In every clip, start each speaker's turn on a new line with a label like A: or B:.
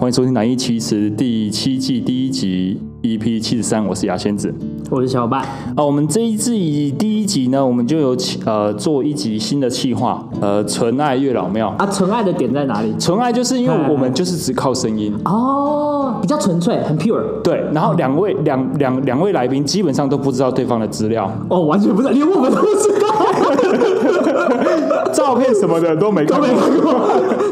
A: 欢迎收听《难易其词》第七季第一集 EP 七十三，我是牙仙子。
B: 我是小白，
A: 啊，我们这一季第一集呢，我们就有起呃做一集新的企划，呃，纯爱月老庙。
B: 啊，纯爱的点在哪里？
A: 纯爱就是因
B: 嗯
A: 为我们就是只靠声音，
B: 哦，比较纯粹，很 pure。
A: 对。然后两位两两两位来宾基本上都不知道对方的资料、
B: 哦，完全不知道，连我们都不知 道，
A: 照片什么的都没
B: 都
A: 看
B: 没
A: 过，
B: 看过。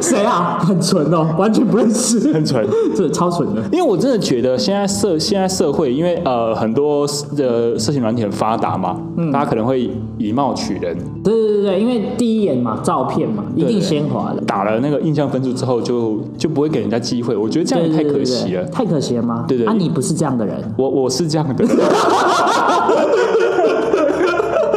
B: 谁啊？很纯哦，完全不认识，
A: 很纯。
B: 这超纯的。
A: 因为我真的觉得现在社现在社会，因为呃很多呃社群软体很发达嘛，大家可能会以貌取人，
B: 对对对对，因为第一眼嘛，照片嘛，一定先滑的。
A: 打了那个印象分数之后就就不会给人家机会，我觉得这样也太可惜了
B: 对对对对。太可惜了吗？
A: 对对
B: 啊，你不是这样的人，
A: 我我是这样的，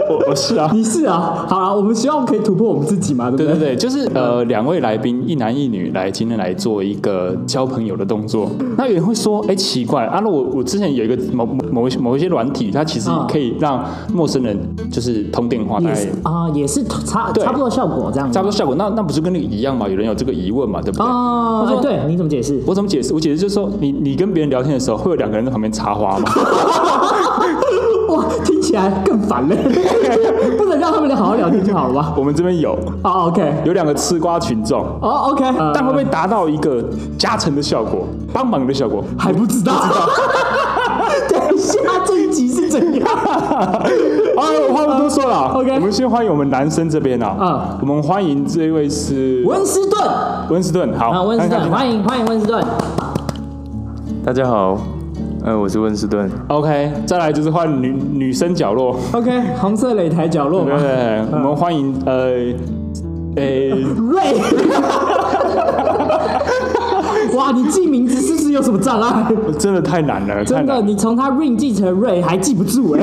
A: 我我是啊，
B: 你是啊。好了，我们希望可以突破我们自己嘛，对不
A: 对
B: 对
A: 对？对，就是呃，两位来宾一男一女来今天来做一个交朋友的动作。
B: 嗯
A: 那有人会说，哎，奇怪，啊，那我我之前有一个某某某一些某一些软体，它其实
B: 嗯
A: 可以让陌生人就是通电话，大
B: 也
A: 概
B: 是啊，也是差
A: 哎对
B: 差不多效果这样子
A: 差不多效果。那那不是跟那个一样嘛？有人有这个疑问嘛？对不对？
B: 哦。哎对，你怎么解释？
A: 我怎么解释？我解释就是说，你你跟别人聊天的时候，会有两个人在旁边插花嘛？
B: 哇，听起来更烦 了，不能让他们俩好好聊天就好了吧？
A: 我们这边有
B: 哦，OK，
A: 有两个吃瓜群众，
B: 哦，OK，
A: 但会不会达到一个加成的效果、帮忙的效 果？
B: 还不知道？ 等一下，这一集是怎样？
A: 啊，我话不多说了、
B: 嗯，OK
A: 我们先欢迎我们男生这边啊，
B: 嗯
A: 我们欢迎这位是
B: 温斯顿啊，
A: 温斯顿，好，哎
B: 温斯
A: 看
B: 顿，
A: 看
B: 欢迎欢迎温斯顿。
C: 大家好，呃，我是温斯顿。
A: OK，再来就是换女女生角 落，
B: OK，红色擂台角落
A: 对
B: 嘛
A: 不，对？
B: 嗯
A: 我们欢迎呃，哎诶，
B: 瑞。 哇，你记名字是不是有什么障碍？
A: 真的太难 了，太
B: 真的，
A: 难了。
B: 你从他 Ring 记成瑞还记不住 哎、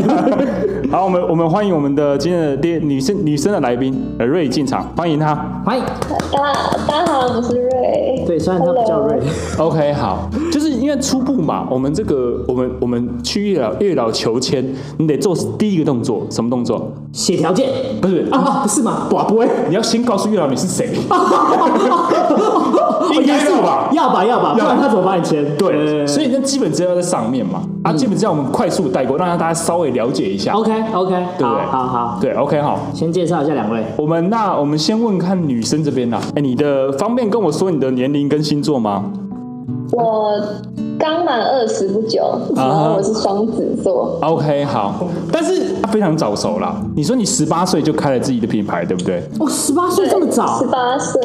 A: 好，我们我们欢迎我们的今天的第女生女生的来宾呃瑞进场，欢迎她。
B: 欢迎。
D: 大大家好，我是瑞。
B: 对，虽然他不叫瑞。
A: OK，好，就是因为初步嘛，我们这个我们我们去月老月老求签，你得做第一个动作，什么动作？
B: 写条件
A: 不是
B: 啊，不是嘛？
A: 寡不会，你要先告诉月老你是 谁，应该是吧？
B: 要吧要吧，不然他怎么把你签？
A: 对，所以那基本资料在上面嘛，啊，基本资料我们快速带过，让大家稍微了解一下，
B: OK OK，
A: 对不对？
B: 好好，
A: 对，OK，好。
B: 先介绍一下两位。
A: 我们那我们先问看女生这边啦，哎，你的方便跟我说你的年龄跟星座吗？
D: 我刚满二十不久，
B: 啊
D: 然后我是双子座。
A: OK，好，但是非常早熟啦。你说你十八岁就开了自己的品牌，对不对？
B: 哦，十八岁这么早
D: 十，八岁，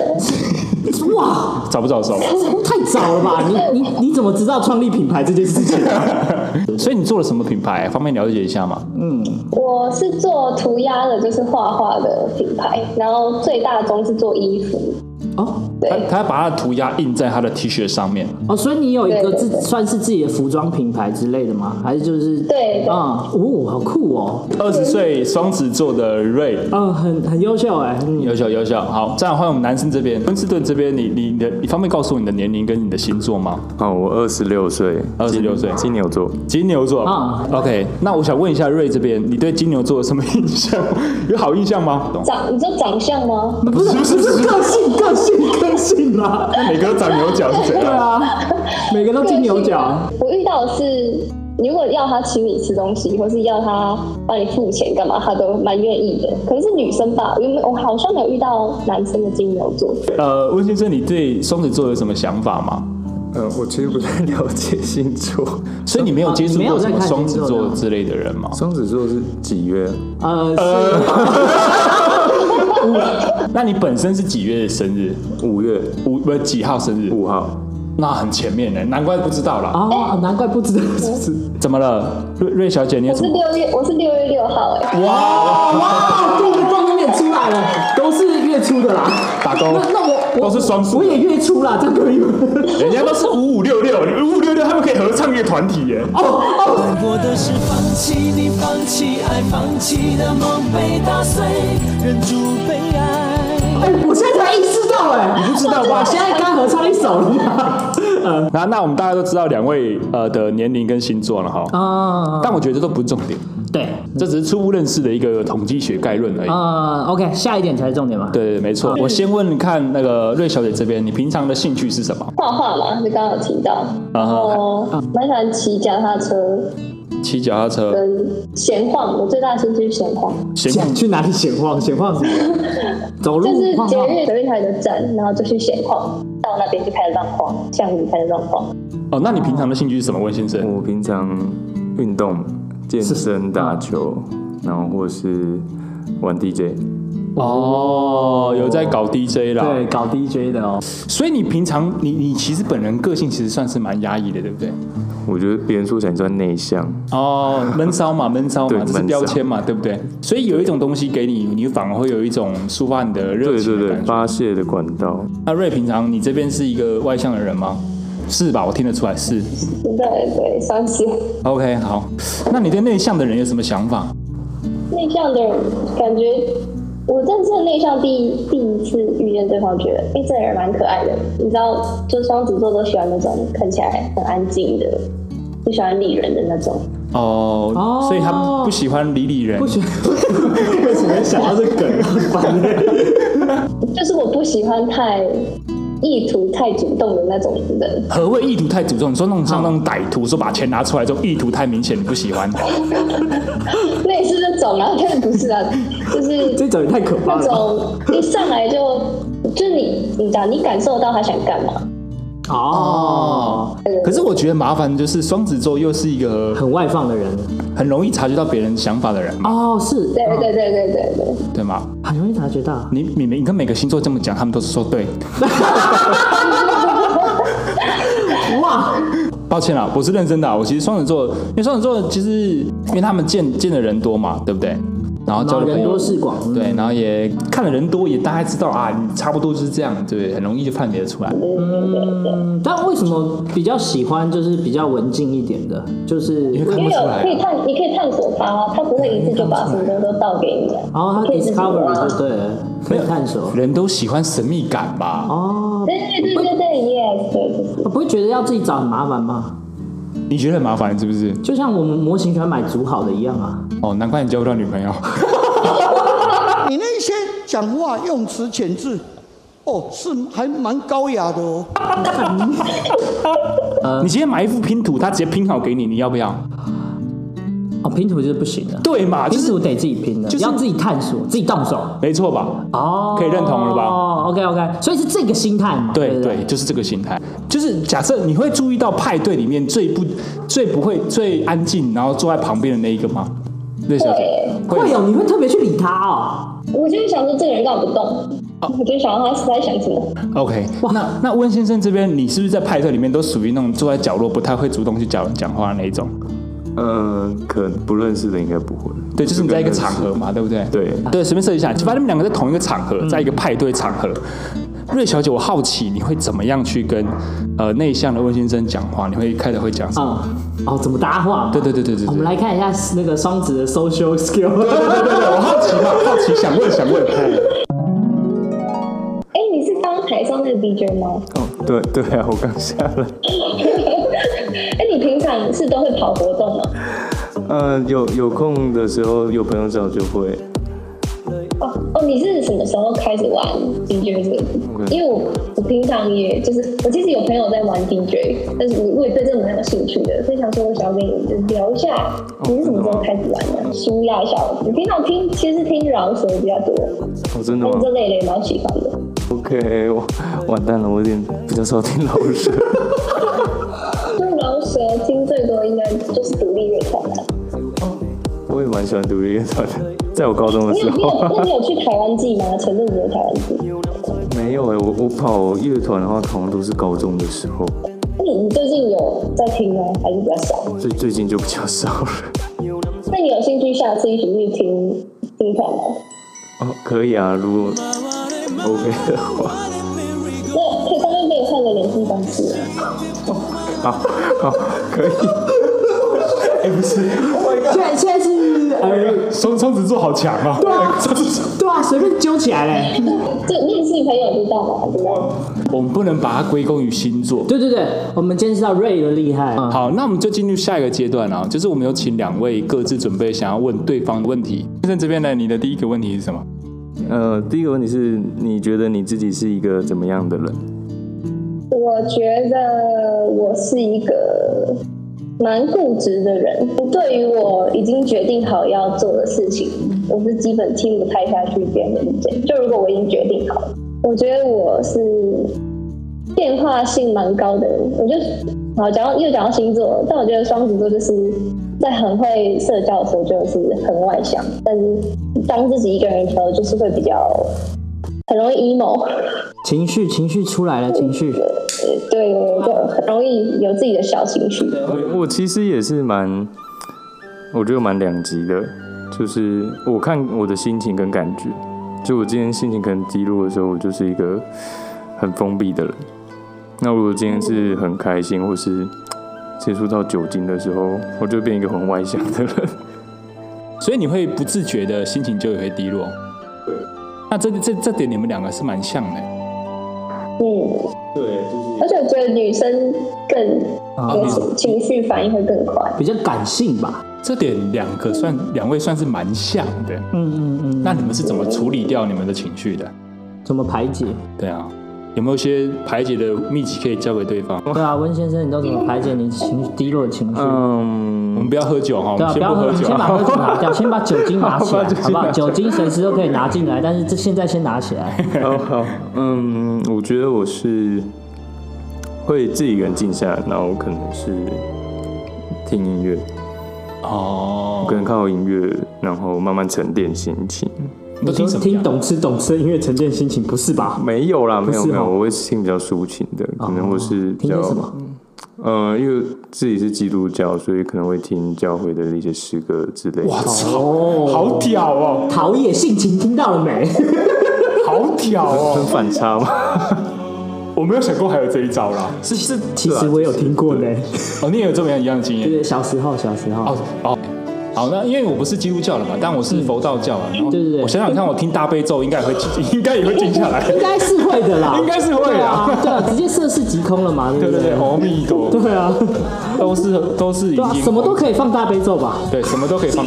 B: 哇，
A: 早不早熟？
B: 太早了吧？你你你怎么知道创立品牌这件事情？啊
A: 所以你做了什么品牌？方便了解一下吗？
D: 我是做涂鸦的，就是画画的品牌，然后最大宗是做衣服。
B: 哦
D: 对
A: 他，他把他的涂鸦印在他的 T 恤上面。
B: 哦，所以你有一个
D: 对对
B: 自
D: 对
B: 算是自己的服装品牌之类的吗？还是就是
D: 对对
B: 啊，哦，好酷哦，
A: 二十岁双子座的瑞，
B: 嗯，很很优秀哎，嗯，
A: 优秀优秀。好，再来换我们男生这边，温斯顿这边，你你你的，你方便告诉我你的年龄跟你的星座吗？
C: 哦，我二十六岁，
A: 26岁
C: 金牛座。
A: 金牛座。
B: 啊
A: OK，那我想问一下瑞这边，你对金牛座有什么印象？ 有好印象吗？
D: 长，你说长相吗？
B: 不是不是个性个性个性啦，
A: 每个都长牛角是怎
B: 对
A: 样？
B: 啊，每个都金牛角，
D: 我遇到的是，如果要他请你吃东西，或是要他帮你付钱干嘛，他都蛮愿意的。可能是女生吧，因为我好像没有遇到男生的金牛座。
A: 呃，温先生，你对双子座有什么想法吗？
C: 呃，我其实不太了解星座，
A: 所以你没有接触过什么双子
B: 哦啊你没有在看星座
A: 座
B: 的
A: 之类的人吗？
C: 双子座是几月？
B: 呃，是
A: 那你本身是几月的生日？
C: 五月
A: 五不几号生日？
C: 五号。
A: 那很前面呢，难怪不知道啦。
B: 哦，难怪不知道是不是。
A: 怎么了，瑞瑞小姐？你有
D: 我
A: 什
D: 是
A: 么？
D: 六月，我是六月六号、哎。
A: 哇，
B: 哇，各个共同点出来了，都是月初的啦，
A: 打工
B: 那那我我
A: 都是双数
B: 我也月初啦，这样可以吗？
A: 人家都是五五六六，你五五六六他们可以合唱一个团体耶。
B: 啊
E: 难过的是放弃你，放弃爱，放弃的梦被打碎，忍住悲哀。
B: 哎，我现在才意识到，哎，你不
A: 知道吧
B: 现在该合唱一首了吗？
A: 那那我们大家都知道两位呃的年龄跟星座了哈，
B: 啊，
A: 但我觉得这都不是重点。
B: 对
A: 这只是初步认识的一个统计学概论而已。
B: 啊、o 嗯 k 下一点才是重点嘛。，
A: 对对，没错。我先问看那个瑞小姐这边，你平常的兴趣是什么？啊
D: 画画嘛，就刚刚有提到，然
B: 哦
D: 后蛮喜欢骑脚踏车
A: 骑脚踏
B: 呃
A: 车、
D: 跟闲晃，我最大的兴趣是闲晃，
A: 闲逛
B: 想去哪里闲晃？闲晃什么？走
D: 就
B: 路
D: 是
B: 晃
D: 捷
B: 晃。
D: 运捷运台的站，然后就去闲晃，到那边就开始乱晃，巷子里开始乱晃，
A: 哦。那你平常的兴趣是什么？温先生，
C: 我平常运动、健身、打球，然后或者是玩 DJ。
A: 哦，有在搞 DJ 啦。
B: 对，搞 DJ 的哦。
A: 所以你平常你你其实本人个性其实算是蛮压抑的，对不对？
C: 我觉得别人说起来算内向，
A: 哦，闷骚 嘛，闷骚
C: 对
A: 嘛，这是
C: 闷骚
A: 标签嘛，对不对？所以有一种东西给你，你反而会有一种抒发你的热
C: 对
A: 情
C: 对
A: 的
C: 对，
A: 感觉。
C: 发泄的管道。
A: 那瑞平常你这边是一个外向的人吗？是吧？我听得出来是。
D: 对对，算是
A: OK，好。那你对内向的人有什么想法？
D: 内向的人，感觉我认识的内向第一第一次遇见对方，觉得哎、这人蛮可爱的。你知道，就双子座都喜欢那种看起来很安静的，不喜欢理人的那种。
A: 哦，
B: 哦
A: 所以他不喜欢理理人
B: 不。喜为什么想到这梗？很烦欸
D: 就是我不喜欢太意图太主动的那种人。
A: 何谓意图太主动？你说那种像那种歹徒，说把钱拿出来，这种意图太明显，你不喜欢。
D: 类似这种啊，但不是啊，就是
B: 这种也太可怕
D: 那
B: 了吧。
D: 种一上来就就你你讲你感受到他想干嘛，
B: 哦，
A: 可是我觉得麻烦就是双子座又是一个
B: 很外放的人。
A: 很容易察觉到别人想法的人嘛，
B: 哦，是，
D: 对对对对对对。
A: 对吗？
B: 哦很容易察觉到。
A: 你你们你跟每个星座这么讲，他们都是说对。
B: 哇，
A: 抱歉啦，我是认真的啊、我其实双子座，因为双子座其实因为他们见见的人多嘛，对不对？然后交的朋
B: 人
A: 友
B: 多势广。嗯
A: 对，然后也看的人多，也大概知道啊，你差不多就是这样，对，很容易就判别得出来。
B: 嗯，但为什么比较喜欢就是比较文静一点的？就是
A: 因为看
D: 因
A: 不
D: 为
A: 出
D: 有
A: 来
D: 可以探，你可以探索它啊，它不会一次就把什么东西都倒给你啊。
B: 然后哦他
D: 你可以自己
B: discover
D: 玩
B: 就对了，可以探索。
A: 人都喜欢神秘感吧？
B: 哦，
D: 对对对对对，yes，对就是
B: 不会觉得要自己找很麻烦吗？
A: 你觉得很麻烦是不是？
B: 就像我们模型喜欢买组好的一样啊。
A: 哦，难怪你交不到女朋友。
F: 你那些讲话用词遣字，哦，是还蛮高雅的哦。
B: 呃
A: 你今天买一幅拼图，他直接拼好给你，你要不要？
B: 哦，拼图就是不行的，
A: 对嘛，啊就
B: 拼
A: 是
B: 图得自己拼的，
A: 就是
B: 要自己探索，自己动手。
A: 没错吧？
B: 哦，
A: 可以认同了吧
B: 哦，OK OK，所以是这个心态嘛？
A: 对
B: 不
A: 对，就是这个心态。就是假设你会注意到派对里面最不、最不会、最安静，然后坐在旁边的那一个吗？对，小姐
B: 会有你会特别去理他哦。
D: 我就想说这个人干嘛不动，我就想他是在想什么。
A: OK，那那温先生这边，你是不是在派对里面都属于那种坐在角落不太会主动去讲讲话的那一种？
C: 嗯，可能不认识的应该不会。
A: 对，就是你在一个场合
C: 嘛。
A: 嘛，对不对？嗯
C: 对
A: 对，随便设计一下，就把你们两个在同一个场合，在一个派对场合。瑞小姐，我好奇你会怎么样去跟呃内向的温先生讲话？你会开头会讲什么？
B: 嗯，哦，怎么搭话？
A: 对对对对对
B: 我
A: 对
B: 们。来看一下那个双子的 social skill。
A: 对 对对对，我好奇嘛，好奇想问想问。
D: 哎，你是刚台上那个 DJ 吗？
C: 对对啊，我刚下来。
D: 哎，你平常是都会跑活动吗？
C: 呃，有有空的时候，有朋友找就会。
D: 哦哦，你是什么时候开始玩 DJ 这个？因为我我平常也就是我其实有朋友在玩 DJ，但是我我也对这个蛮有兴趣的，所以想说我想要跟你就是聊一下，
C: 哦
D: 你是什么时候开始玩的？舒压一下我。你平常听其实听饶舌比较多，
C: 哦，真的
D: 但
C: 吗
D: 这类也蛮喜欢的。
C: ？OK，我完蛋了，我有点比较少听老 师。
D: 就饶舌听最多应该就是独立乐团了。
C: 我也蛮喜欢独立乐团的，在我高中的
D: 你
C: 时
D: 有你有
C: 候
D: 那你有去台湾记吗？前阵子有台湾记。
C: 没有哎、我我跑乐团的话，好像都是高中的时候，
D: 那你你最近有在听吗？还是比较少？
C: 最最近就比较少了。
D: 那你有兴趣下次一起去听听团吗？
C: 哦，可以啊，如果 OK 的话，
D: 那可以上面给你换个联系方式。
C: 好，好，可以。
B: 现在现在是呃，呃
A: 双双子座好强啊！哦
B: 对啊
A: 双子座
B: 对啊，随便揪起来嘞。
D: 就认识朋友知道吧？知道。
A: 我们不能把它归功于星座。
B: 对对对，我们今天知道瑞的厉害。嗯
A: 好，那我们就进入下一个阶段了，就是我们有请两位各自准备想要问对方的问题。先生这边呢，你的第一个问题是什么？
C: 呃，第一个问题是，你觉得你自己是一个怎么样的人？
D: 我觉得我是一个蛮固执的人，对于我已经决定好要做的事情，我是基本听不太下去别人的意见。就如果我已经决定好了，我觉得我是变化性蛮高的人。我就好讲到又讲到星座，但我觉得双子座就是在很会社交的时候就是很外向，但是当自己一个人的时候，就是会比较很容易 emo。
B: 情绪情绪出来了，情绪。
D: 呃对，我就很容易有自己的小情绪。
C: 我我其实也是蛮，我觉得蛮两极的，就是我看我的心情跟感觉，就我今天心情可能低落的时候，我就是一个很封闭的人。那如果今天是很开心，或是接触到酒精的时候，我就变一个很外向的人。
A: 所以你会不自觉的心情就也会低落。那这这这点你们两个是蛮像的。
D: 嗯，对，而且我觉得女生更
B: 嗯
D: 有情情绪反应会更快。
B: 啊比较感性吧，
A: 这点两个算两位算是蛮像的。嗯嗯嗯。那你们是怎么处理掉你们的情绪的？
B: 怎么排解？
A: 对啊，有没有一些排解的秘籍可以教给对方？
B: 对啊，温先生，你都怎么排解你情绪低落的情绪？
A: 我
C: 嗯，
A: 们不要喝酒哈，我
B: 对
A: 们
B: 啊，不
A: 先
B: 要
A: 喝
B: 喝，
A: 酒
B: 先
A: 啊。
B: 把喝酒拿 掉，先把酒精拿起来，
C: 好把酒精
B: 好不好？
C: 拿起
B: 酒精随时都可以拿进来，但是这现在先拿起来。
C: 好好，嗯，我觉得我是会自己一个人静下来，然后可能是听音乐，
A: 哦
C: 可，能靠音乐，然后慢慢沉淀心情。
A: 都听什么？
B: 听懂吃懂吃音乐沉淀心情，不是吧？
C: 没有啦，没
B: 是
C: 有没有，
B: 哦
C: 我会听比较抒情的，可能我是比
B: 听些
C: 较
B: 什么？
C: 呃，因为自己是基督教，所以可能会听教会的一些诗歌之类的。哦
A: 哇操，好屌哦，
B: 陶冶性情，听到了 没？
A: 好屌
C: 很
A: 哦！
C: 反差 嘛。
A: 我没有想过还有这一招啦。
B: 是
C: 啊
B: 是，其实我有听过呢，
A: 哦，你也有这么样一样的经
B: 对
A: 验？
B: 对，小时候小时候
A: 哦，哦。好，那因为我不是基督教的嘛，但我是佛道教啊。然后
B: 嗯对对对
A: 我想想看，我听大悲咒应该也会， 应该也会静下来。
B: 应该是会的啦，
A: 应该是会的
B: 对啊，对啊，直接色是即空了嘛，
A: 对
B: 对不
A: 对对，阿弥陀佛，
B: 对啊，
A: 都是都是已
B: 对啊，
A: 经
B: 什么都可以放大悲咒吧？
A: 对，什么都可以放。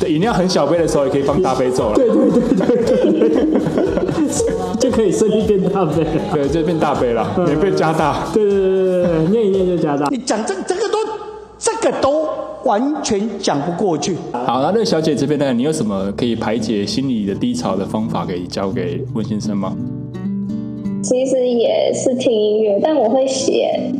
A: 对，饮料很小杯的时候也可以放大悲咒了。
B: 对对对对对对，就可以顺利变大悲了。
A: 对，就变大杯了，
B: 嗯
A: 免费加大。
B: 对对对对对，念一念就加大。
F: 你讲这这个都这个都完全讲不过去。
A: 好，那乐小姐这边呢，你有什么可以排解心理的低潮的方法可以教给温先生吗？
D: 其实也是听音乐，但我会写，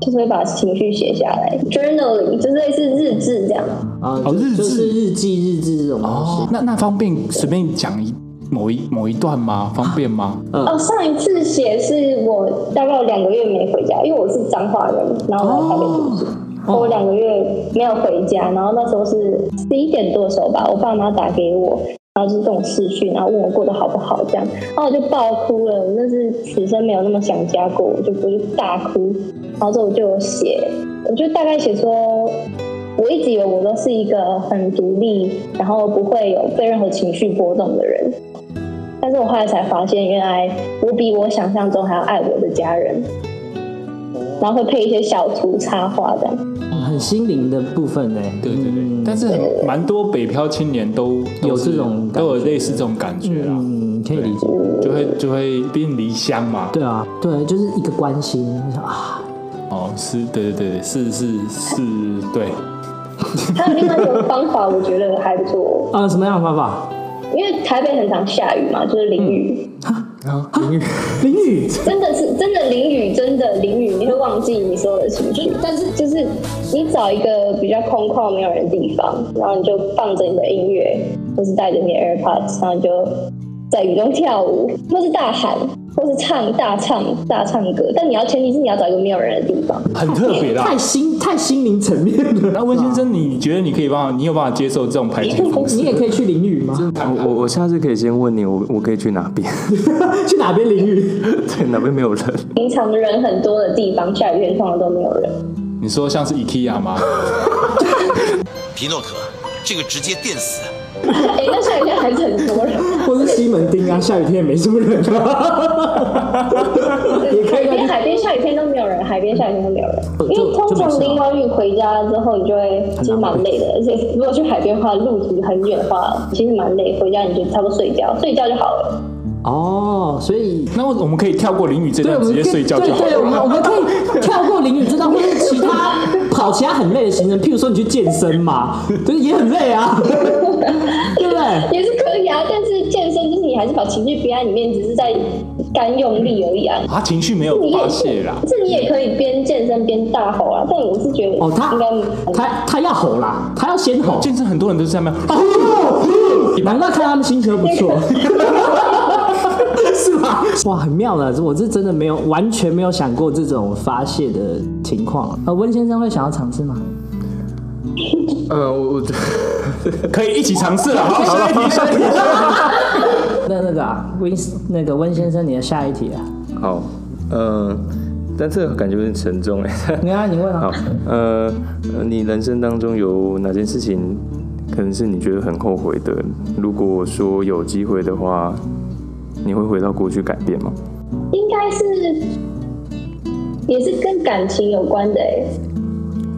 D: 就是会把情绪写下来，journaling，就是类似日志这样。
B: 啊，
A: 哦日志
B: 就是日记、日志这种东西。，
A: 那那方便随便讲一某一某一段吗？方便吗？
B: 啊
D: 哦，上一次写是我大概两个月没回家，因为我是彰化人，然后来台北读书。我两个月没有回家，然后那时候是十一点多的时候吧，我爸妈打给我，然后就是这种视讯，然后问我过得好不好这样，然后我就爆哭了，那是此生没有那么想家过，我就我就大哭，然后之后我就有写，我就大概写说我一直以为我都是一个很独立，然后不会有被任何情绪波动的人，但是我后来才发现，原来我比我想象中还要爱我的家人，然后会配一些小图插画这样。
B: 很心灵的部分呢。
A: 对对对，
B: 嗯
A: 但是很蛮多北漂青年都都
B: 有
A: 是
B: 这种感觉
A: 都有类似这种感觉啦，
B: 嗯，可以理解。
A: 就会就会毕竟离乡嘛，
B: 对啊，对，就是一个关心你想啊，
A: 哦，是，对对对，是是是，对，
B: 嗯
D: 还有另外一种方法，我觉得还不错，
B: 啊，什么样的方法？
D: 因为台北很常下雨嘛，就是淋雨，
B: 淋雨，
D: 真的是真的淋雨，真的淋雨，你会忘记你所有的情绪。但是就是你找一个比较空旷、没有人的地方，然后你就放着你的音乐，或是带着你的 AirPods，然后你就在雨中跳舞，或是大喊，或是唱大唱大唱歌。但你要前提是你要找一个没有人的地方。
A: 很特别啦
B: 太。心太心灵层面了。
A: 那温先生，你觉得你可以帮，你有办法接受这种排解 方式？
B: 你也可以去淋雨吗？
C: 我我我下次可以先问你，我我可以去哪 边？
B: 去哪边淋雨？
C: 对，哪边没有人？
D: 平常人很多的地方，下雨天通常都没有人。
A: 你说像是 IKEA 吗？
G: 皮诺可，这个直接电死，
D: 哎、那下雨天还是很多人，
B: 或是西门町啊，下雨天也没什么人啊，也可
D: 海
B: 以
D: 边
B: 啊。
D: 海边下雨天都没有人，海边下雨天都没有人，因为通常淋
B: 啊
D: 完雨回家之后，你就会其实蛮累的，而且如果去海边的话，路途很远的话，其实蛮累，回家你就差不多睡觉，睡觉就好了。
B: 哦，所以。
A: 那我们可以跳过淋雨这
B: 对，
A: 段，
B: 我
A: 直
B: 们
A: 接
B: 可以
A: 睡觉就好
B: 对对，我们我
A: 了。
B: 们可以跳过淋雨这段，或者其他跑其他很累的行程，譬如说你去健身嘛，就是也很累啊，对不对？
D: 也是可以啊，但是健身就是你还是把情绪憋在里面，只是在干用力而已啊。
A: 啊，情绪没有
D: 你也
A: 发泄啦。
D: 这你也可以边健身边大吼啊，但我是觉得
B: 哦，
D: 应
B: 他
D: 该
B: 他他要吼啦，他要先吼。
A: 健身很多人都是这样，啊
B: 难怪看他们心情都不错， 是吧？哇，很妙的，我是真的没有完全没有想过这种发泄的情况。呃，温先生会想要尝试吗？
C: 呃，我我
A: 可以一起尝试了。 好，下一题，下一题。
B: 那那个啊，温那个温先生，你的下一题啊，
C: 好，嗯、但这个感觉有点沉重哎。
B: 你啊，你问啊
C: 好。，呃，呃你人生当中有哪件事情，可能是你觉得很后悔的？如果说有机会的话，你会回到过去改变吗？
D: 应该是也是跟感情有关的、欸。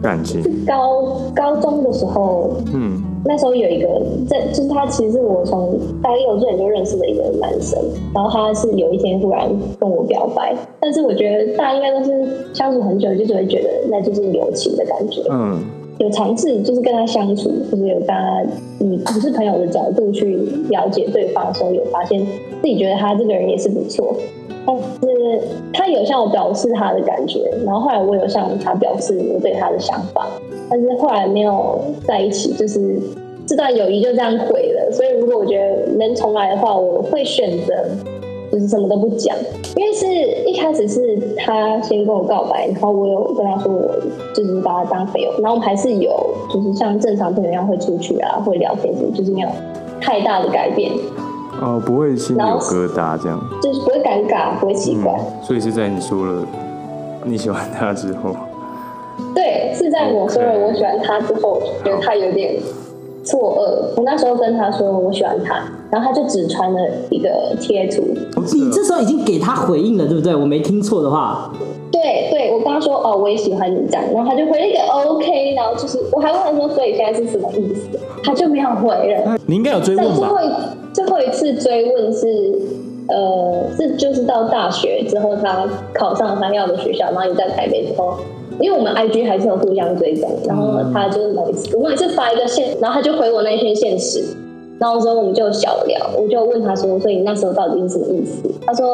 C: 感情，
D: 是高高中的时候，
C: 嗯，
D: 那时候有一个，在就是他其实是我从大概幼稚园就认识的一个男生，然后他是有一天忽然跟我表白，但是我觉得大家应该都是相处很久，就只会觉得那就是友情的感觉。
C: 嗯，
D: 有尝试就是跟他相处，就是有跟他以不是朋友的角度去了解对方的时候，有发现自己觉得他这个人也是不错，但是他有向我表示他的感觉，然后后来我有向他表示我对他的想法，但是后来没有在一起，就是这段友谊就这样毁了。所以如果我觉得能重来的话，我会选择就是什么都不讲，因为是一开始是他先跟我告白，然后我有跟他说我就是把他当朋友，然后我们还是有就是像正常朋友一样会出去啊，会聊天什么，就是没有太大的改变，
C: 哦，不会心里有疙瘩这样，
D: 就是不会尴尬，不会奇怪。
C: 嗯，所以是在你说了你喜欢他之后，
D: 对，是在我说了我喜欢他之后，觉得他有点错愕。我那时候跟他说我喜欢他，然后他就只传了一个贴图。
B: 你这时候已经给他回应了，对不对？我没听错的话，
D: 对对，我跟他说哦，我也喜欢你这样，然后他就回了一个 OK，然后就是我还问他说，所以现在是什么意思？他就没有回了。
A: 你应该有追
D: 在
A: 问
D: 最
A: 吧
D: 后？一最后一次追问是，呃，这就是到大学之后，他考上他要的学校，然后也在台北之后，因为我们 IG 还是有互相追踪，然后
A: 嗯
D: 他就是某一次，我每次发一个现，然后他就回我那一篇现实，然后之后我们就小聊，我就问他说，所以你那时候到底是什么意思？他说。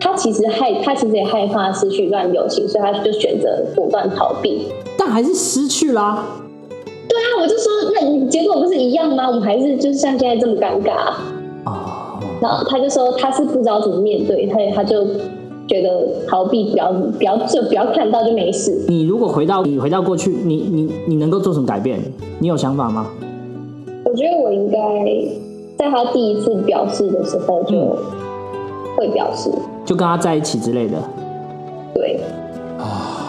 D: 他其实害，他其实也害怕失去一段友情，所以他就选择果断逃避。
B: 但还是失去啊啦。
D: 对啊，我就说，那你结果不是一样吗？我们还是就是像现在这么尴尬、啊。然后他就说他是不知道怎么面对，他他就觉得逃避，不要不要就不要看到就没事。
B: 你如果回到你回到过去，你你你能够做什么改变？你有想法吗？
D: 我觉得我应该在他第一次表示的时候就
B: 嗯
D: 会表示，
B: 就跟他在一起之类的。
D: 对，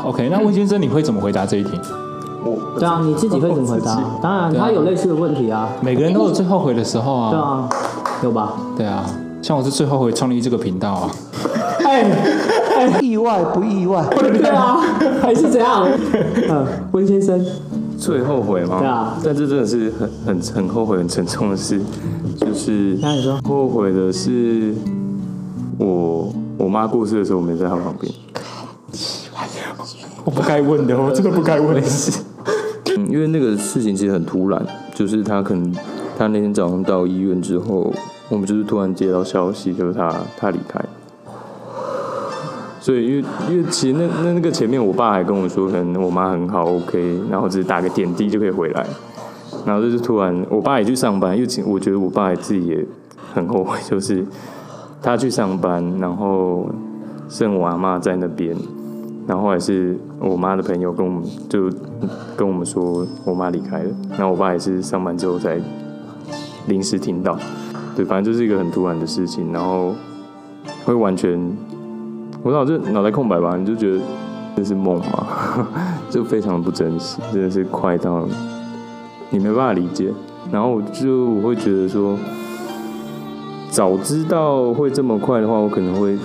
A: OK，那温先生你会怎么回答这一题？
B: 对啊，你自己会怎么回答？当然，他有类似的问题啊。
A: 每个人都有最后悔的时候
B: 对
A: 啊，
B: 啊，有吧？
A: 对啊，像我是最后悔创立这个频道啊。
B: 哎
F: 意外不意外？
B: 对啊，还是怎 样？嗯，温先生，
C: 最后悔吗？
B: 对啊
C: 但这真的是很很很后悔、很沉重的事，就是
B: 那你说
C: 后悔的是我我妈过世的时候，我没在她旁边。
A: 我不该问的，我真的不该问。
C: 嗯，因为那个事情其实很突然，就是她可能她那天早上到医院之后，我们就是突然接到消息，就是她她离开。所以，因为因为其实那那那个前面，我爸还跟我说，可能我妈很好，OK，然后只是打个点滴就可以回来。然后就是突然，我爸也去上班，因为其我觉得我爸也自己也很后悔，就是他去上班，然后剩我阿妈在那边，然后后来是我妈的朋友跟我们就跟我们说我妈离开了，然后我爸也是上班之后才临时听到，对，反正就是一个很突然的事情，然后会完全我脑就脑袋空白吧，你就觉得这是梦 嘛，就非常不真实，真的是快到。你没办法理解，然后我就我会觉得说，早知道会这么快的话，我可能会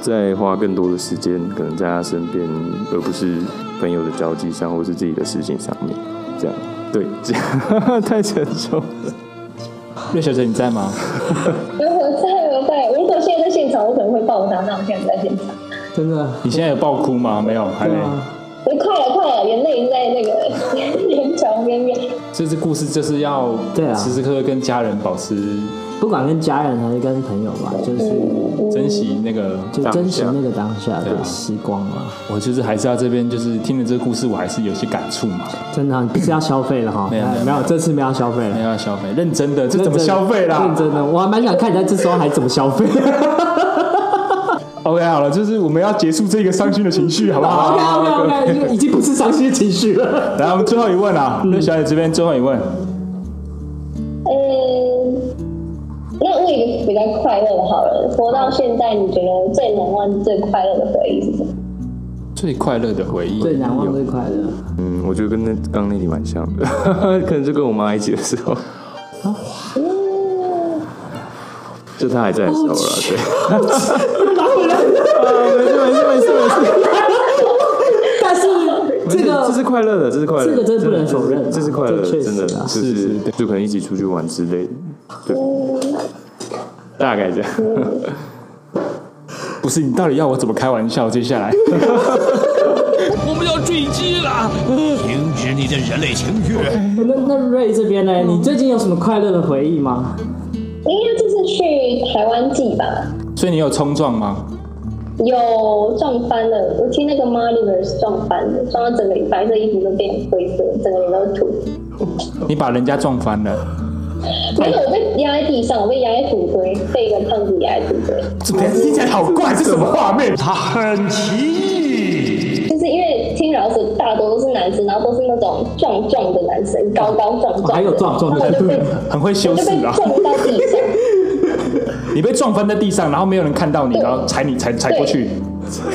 C: 再花更多的时间，可能在他身边，而不是朋友的交际上，或是自己的事情上面。这样，对， 这样太沉重了。
A: 瑞小姐你在吗？
D: 我在我在，我如果现在在现场，我可能会爆他。那我现在不在现场，
B: 真的，
A: 你现在有爆哭吗？没有，还
B: 对
A: 没。
B: 啊，
D: 我哎快了快了，眼泪已经在那个 眼角边边。
A: 这次故事就是要
B: 对啊
A: 时时刻刻跟家人保持
B: 不管跟家人还是跟朋友吧，就是
A: 珍惜那个。
B: 就珍惜那个当下
A: 对啊
B: 的时光嘛。
A: 我就是还是要这边，就是听了这个故事，我还是有些感触嘛。
B: 真的啊，你不是要消费了哈？哎
A: 没有没有
B: 没有，这次没有要消费
A: 没
B: 了。
A: 有要消费，认真的，这怎么消费啦？
B: 认真的，我还蛮想看你在这时候还怎么消费。
A: OK，好了，就是我们要结束这个伤心的情绪，好不好
B: OK OK OK，已经不是伤心的情绪了。
A: 来，我们最后一问啊，那小姐这边最后一问，
D: 嗯，那问一个比较快乐的好了，活到现在，你觉得最难忘、最快乐的回忆是什么？
A: 最快乐的回忆，
B: 最难忘最快乐，
C: 嗯，我觉得跟那刚刚那题蛮像的， 可能就跟我妈一起的时候，哦就她还在的时候了，对。
B: 但是这个
C: 这是快乐的，这是快乐的，
B: 这个真的不能否认啊
C: 这是快乐的，
B: 这确实
C: 真的
B: 啊
C: 就是是
A: 是
C: 就可能一起出去玩之类的，对，大概这样。
A: 不是你到底要我怎么开玩笑？接下来
E: 我们要坠机了！停止你的人类情欲！
B: 那那瑞这边呢？你最近有什么快乐的回忆吗？
D: 应该就是去台湾记吧，
A: 所以你有冲撞吗？
D: 有撞翻了，我听那个 m a r i v e r s 撞翻了，撞到整个白色衣服都变灰色，整个脸都是土。
A: 你把人家撞翻了？
D: 没有，我被压在地上，我被压在土堆，被一个胖子压在土堆。
A: 这听起来好怪，这什么画面？
E: 他很奇异，
D: 就是因为听饶舌大多都是男生，然后都是那种壮壮的男生，高高壮
A: 哦
D: 壮的，
B: 还有壮壮的
D: 然后我就被
A: 很会修
D: 我就
A: 饰
D: 被
A: 啊！
D: 撞到地上。
A: 你被撞翻在地上，然后没有人看到你，然后踩你踩踩过去，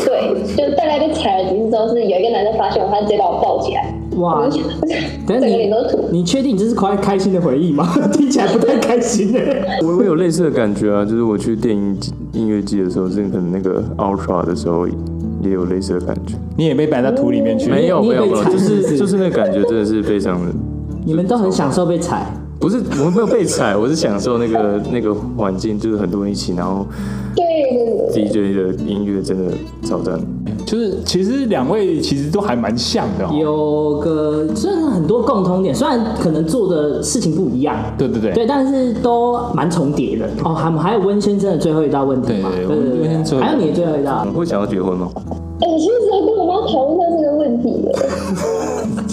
D: 对，就是大概被踩了几次之后，是有一个男生发现我，他直接把我抱起来，
B: 哇
D: 我就整
B: 等下
D: 个脸
B: 你
D: 都是土。
B: 你确定这是快开心的回忆吗？ 听起来不太开心哎。
C: 我我有类似的感觉啊，就是我去电音季音乐季的时候，是可能那个 Ultra 的时候也有类似的感觉，
A: 你也被埋在土里面去。
C: 没有
B: 你
C: 没
B: 也
C: 有
B: 被
C: 没有，
B: 踩
C: 就是
B: 不是
C: 是就是那个感觉真的是非常的，
B: 你们都很享受被踩，
C: 不是我没有被踩，我是享受那个那个环境，就是很多人一起，然后
D: 对对对。
C: DJ 的音乐真的超赞。
A: 就是其实两位其实都还蛮像的、哦。
B: 有个虽然很多共通点，虽然可能做的事情不一样，
A: 对对对
B: 对，但是都蛮重叠的。哦，还还有温先生的最后一道问题嘛？
A: 对
B: 对对
A: 温先生最
B: 对，
A: 后
B: 还有你的最后一道
C: 你。会想要结婚吗？
D: 哎、我其实还跟我妈讨论到这个问题了，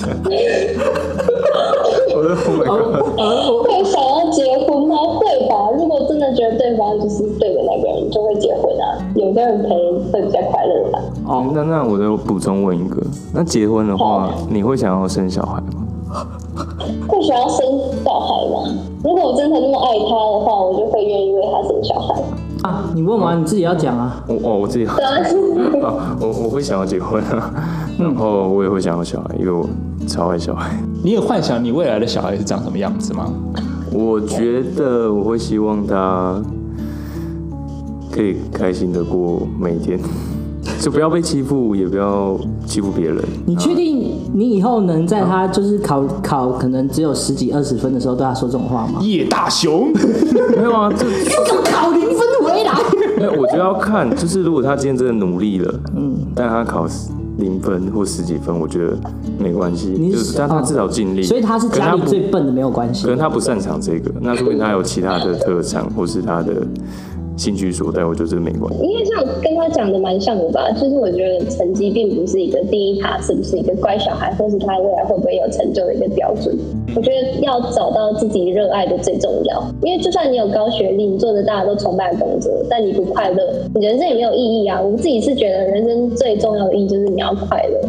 C: 我的 Oh my god！
D: 会想要结婚吗？会吧，如果真的觉得对方就是对的那个人，就会结婚啊。有个人陪会比较快乐吧。
C: 哦，那那我就补充问一个，那结婚的话，你会想要生小孩吗？
D: 会想要生小孩吗？如果我真的那么爱他的话，我就会愿意为他生小孩。
B: 啊，你问完你自己要讲啊。
C: 我哦，我自己 啊，
D: 对啊，
C: 我我会想要结婚啊，然后我也会想要小孩，因为我超爱小孩。
A: 你有幻想你未来的小孩是长什么样子吗？
C: 我觉得我会希望他可以开心的过每一天，就不要被欺负，也不要欺负别人。
B: 你确定你以后能在他就是考考可能只有十几二十分的时候对他说这种话吗？
A: 叶大雄，
C: 没有啊，这
B: 怎么考零分回来？
C: 没有，我觉得要看，就是如果他今天真的努力了，嗯，但他考十零分或十几分，我觉得没关系，
B: 你
C: 就是是但他
B: 哦
C: 至少尽力。
B: 所以他是家
C: 可
B: 里
C: 能他不
B: 最，笨的，没有关系
C: 可。能他不擅长这个，那说明他有其他的特长或是他的兴趣所在，我觉得这没关系。
D: 因为像跟他讲的蛮像的吧，就是我觉得成绩并不是一个定义他是不是一个乖小孩，或是他未来会不会有成就的一个标准。我觉得要找到自己热爱的最重要，啊因为就算你有高学历，你做着大家都崇拜的工作，但你不快乐，你人生也没有意义啊。我自己是觉得人生最重要的意义就是你要快乐。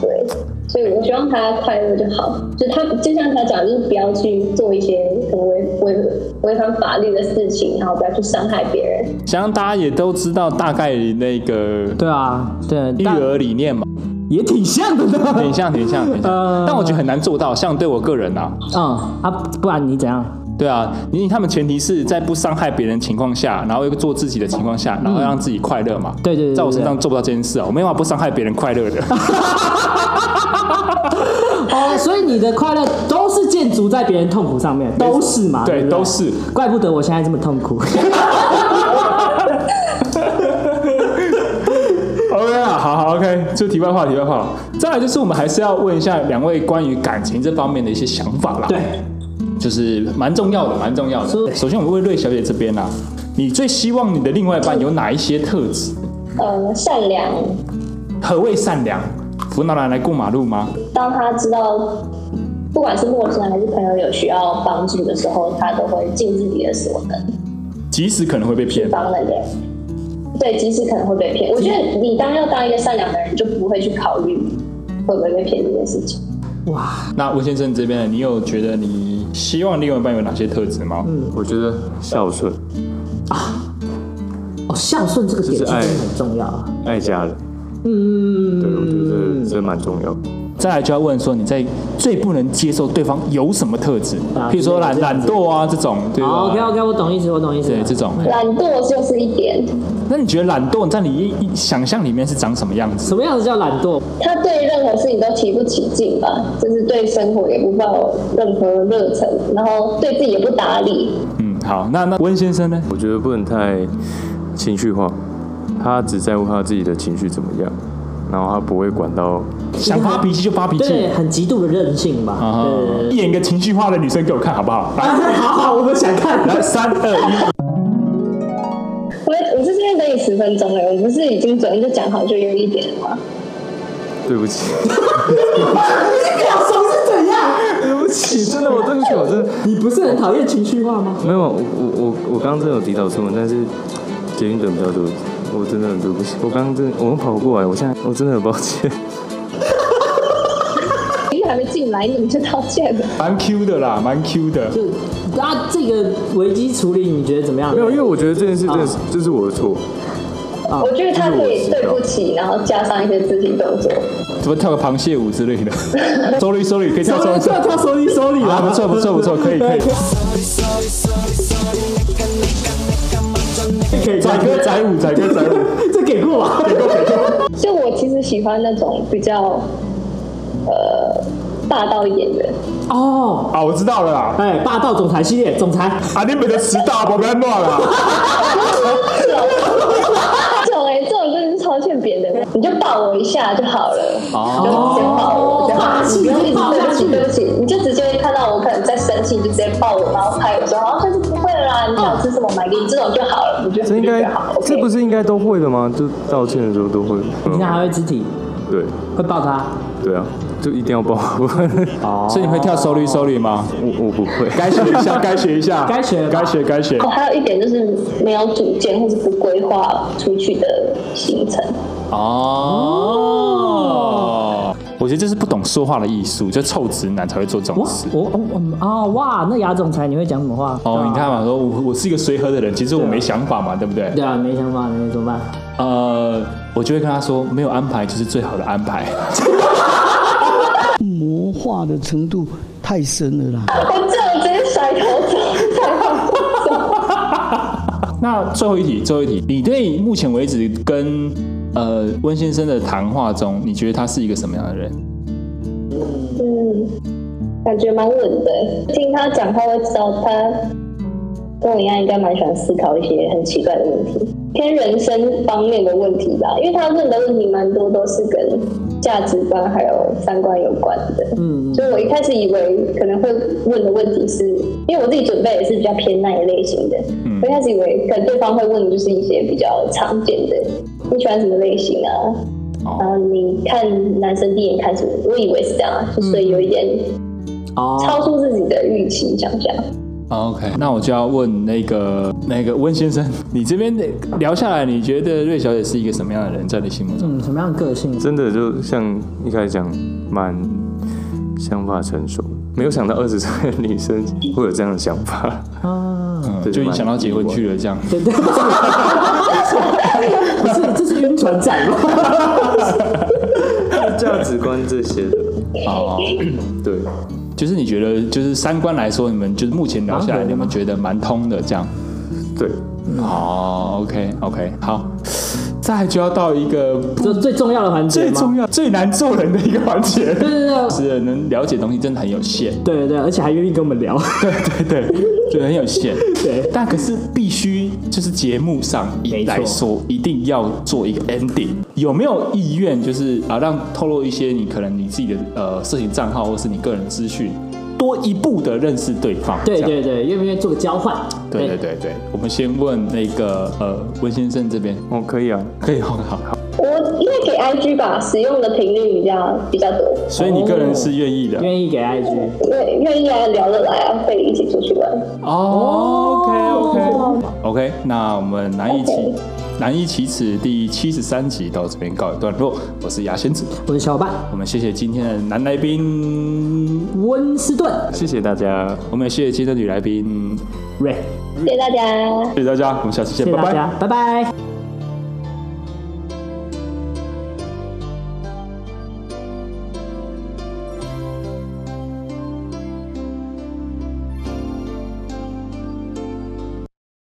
D: 对，所以我希望他快乐就好。就他就像他讲，就是不要去做一些可能违违违反法律的事情，然后不要去伤害别人。
A: 想当大家也都知道大概那个
B: 对啊，对，
A: 育
B: 但
A: 儿理念嘛。
B: 也挺像的 呢。
A: 挺像，挺像，挺像。
B: 呃
A: 但我觉得很难做到，像对我个人啊，
B: 嗯啊，不然你怎样？
A: 对啊，因为他们前提是在不伤害别人的情况下，然后又做自己的情况下，然后让自己快乐嘛。
B: 对对对对
A: 在我身上做不到这件事啊，我没办法不伤害别人快 乐的。
B: 哦，所以你的快乐都是建筑在别人痛苦上面，都是嘛？
A: 对
B: 对不
A: 都是
B: 怪不得我现在这么痛苦。
A: OK 啊，好好 OK，就题外话，题外话。再来就是我们还是要问一下两位关于感情这方面的一些想法啦。
B: 对，
A: 就是蛮重要的，蛮重要的。
B: 是
A: 首先，我们问瑞小姐这边啊，你最希望你的另外一半有哪一些特质？
D: 嗯，善良，
A: 何谓善良？扶老奶奶过马路吗？
D: 当他知道不管是陌生人还是朋友有需要帮助的时候，他都会尽自己的所能
A: 即使可能会被骗。
D: 帮了人。对，即使可能会被骗，我觉得你当要当一个善良的人，就不会去考虑会不会被骗这件事情。
A: 那吴先生这边呢，你有觉得你希望另外一半有哪些特质吗？
B: 嗯
C: 我觉得孝顺、
B: 哦，孝顺这个点
C: 就是是爱
B: 真的很重要啊。
C: 爱家人，
B: 嗯，
C: 对我觉得这蛮重要。
A: 再来就要问说你在最不能接受对方有什么特质，
B: 啊
A: 譬如说懒
B: 这样
A: 懒
B: 子
A: 惰啊这种，对吧
B: 好，OK 哦 OK，我懂意思，我懂意思。
A: 对这种。
B: 嗯
D: 懒惰就是一点，
A: 那你觉得懒惰在你一一想象里面是长什么样子？
B: 什么样子叫懒惰？
D: 他对任何事情都提不起劲吧，就是对生活也不抱有任何热忱，然后对自己也不打理，
A: 嗯，好，那那温先生呢？
C: 我觉得不能太情绪化，他只在乎他自己的情绪怎么样，然后他不会管到
A: 想发脾气就发脾
B: 对，
A: 气。
B: 很极度的任性吧。
A: 啊
B: 对对对对，
A: 演一个情绪化的女生给我看好不好？来，
B: 好好，我们想看。
A: 来，三二
D: 我我是现在等你十分钟了，我不是已经昨天就讲好就约一点了吗？
C: 对不起，
B: 表情是怎样？
C: 对不起，真的，我对不起，我真的
B: 你不是很讨厌情绪化吗？
C: 没有，我我我我刚刚真的有提到出门，但是捷运等比较多，我真的很对不起，我刚刚真的我跑过来，我现在我真的很抱歉。
D: 因为还没进来，你怎么就道歉了？
A: 一，蛮 Q 的啦，蛮 Q 的。
B: 就啊，这个危机处理你觉得怎么样？
C: 没有，因为我觉得这件事真的是这是我的错，
D: 我觉得他可以对不起，然后加上一些肢体动作。
A: 怎么跳个螃蟹舞之 类的？Sorry Sorry，可以跳 Sorry
B: 跳
A: Sorry，
B: 跳手里手里
A: 啊，不错不错不错，可以可以。
B: 可以
A: 载歌载舞载歌载舞，
B: 这给过吧？给过给过。
D: 就我其实喜欢那种比较，呃，霸道一点的。
B: 哦，
A: 啊，我知道了啦。
B: 哎，霸道总裁系列，总裁
A: 啊，你们的迟到，我不要乱啊啦。
D: 这种这种哎、这种真的是超欠扁的，你就抱我一下就好了。哦，就直接抱我就好
B: 霸
D: 了，
B: 气
D: 你不用一直
B: 抱
D: 对
B: 下
D: 不
B: 去
D: 起，对不起，你就直接看到我可能在生气，你就直接抱我，然后拍我说，哦，下次不会了啦，你想吃什么买给你，这种就好了，我觉得
C: 这应该
D: 就好，OK
C: 这不是应该都会的吗？就道歉的时候都会。
B: 你看还会肢体，
C: 对
B: 会抱他。
C: 对啊，就一定要抱，不然
B: 哦
A: 所以你会跳 Sorry Sorry 吗？
C: 我我不会。
A: 该学一 下，该学一下，
B: 该学吧
A: 该学，该学
D: 哦，。还有一点就是没有主见或是不规划出去的行程。
A: 哦，我觉得这是不懂说话的艺术，就臭直男才会做这种
B: 哇
A: 事，。
B: 我我我们哦哇，那牙总裁你会讲什么话？
A: 哦，你看嘛，说我我是一个随和的人，其实我没想法嘛，对不对？
B: 对啊，没想法，那怎么办？
A: 呃，我就会跟他说，没有安排就是最好的安排。
F: 魔化的程度太深了啦。
D: 我这样直接甩头走，太好了。
A: 那最后一题，最后一题，你对目前为止跟呃温先生的谈话中，你觉得他是一个什么样的人？
D: 嗯，感觉蛮稳的。听他讲话会知道他跟我一样，应该蛮喜欢思考一些很奇怪的问题，偏人生方面的问题吧。因为他问的问题蛮多都是跟价值观还有三观有关的。嗯，所以我一开始以为可能会问的问题是，因为我自己准备也是比较偏那一类型的，我一开始以为可能对方会问的就是一些比较常见的，你喜欢什么类型啊？然后你看男生第一眼看什么？我以为是这样啊，就所以有一点
B: 哦，
D: 超出自己的预期，想象。
A: 哦 OK，那我就要问那个那个温先生，你这边聊下来，你觉得瑞小姐是一个什么样的人，在你心目中？
B: 嗯，什么样的个性？
C: 真的就像一开始讲，蛮想法成熟，没有想到二十岁的女生会有这样的想法。
A: 嗯，
C: 对
A: 就已经想到结婚去了这样。
B: 对对， 不是，这是晕船仔吗？
C: 价值观这些的，
A: 哦，
C: 对，
A: 就是你觉得，就是三观来说，你们就是目前聊下来，你们觉得蛮通的这样。
C: 对，
A: 哦，OK OK，好，再来就要到一个
B: 这最重要的环节
A: 最
B: 吗？
A: 重要、最难做人的一个环节。
B: 对啊对对
A: 是的能了解的东西真的很有限，
B: 对对对，而且还愿意跟我们 聊，
A: 对对对，就很有限。
B: 对，
A: 但可是必须就是节目上
B: 没
A: 一
B: 错
A: 来说，一定要做一个 ending。有没有意愿就是啊，让透露一些你可能你自己的呃社群账号或是你个人资讯，多一步的认识对方？
B: 对
A: 这样
B: 对对，愿不愿意做个交换？
A: 对对对对。我们先问那个呃温先生这边，
C: 哦，可以啊，
A: 可以好
B: 哦
A: 好好。
D: 我因为给 IG 吧，使用的频率比较比较多，
A: 所以你个人是愿意的
B: 愿意给 IG。
D: 愿愿意啊聊得来啊，可以一起出去玩。
A: 哦。OK OK OK，那我们难易启
D: OK
A: 难易启齿第七十三集到这边告一段落。我是牙仙子。
B: 我的小伙伴
A: 我们谢谢今天的男来宾，
B: 温斯顿
C: 谢谢大家，
A: 我们也谢谢今天的女来宾，
B: 瑞，
D: 谢谢大家。
A: 谢谢大家，我们下期见，
B: 谢谢
A: 拜
B: 大
A: 拜
B: 家，。拜拜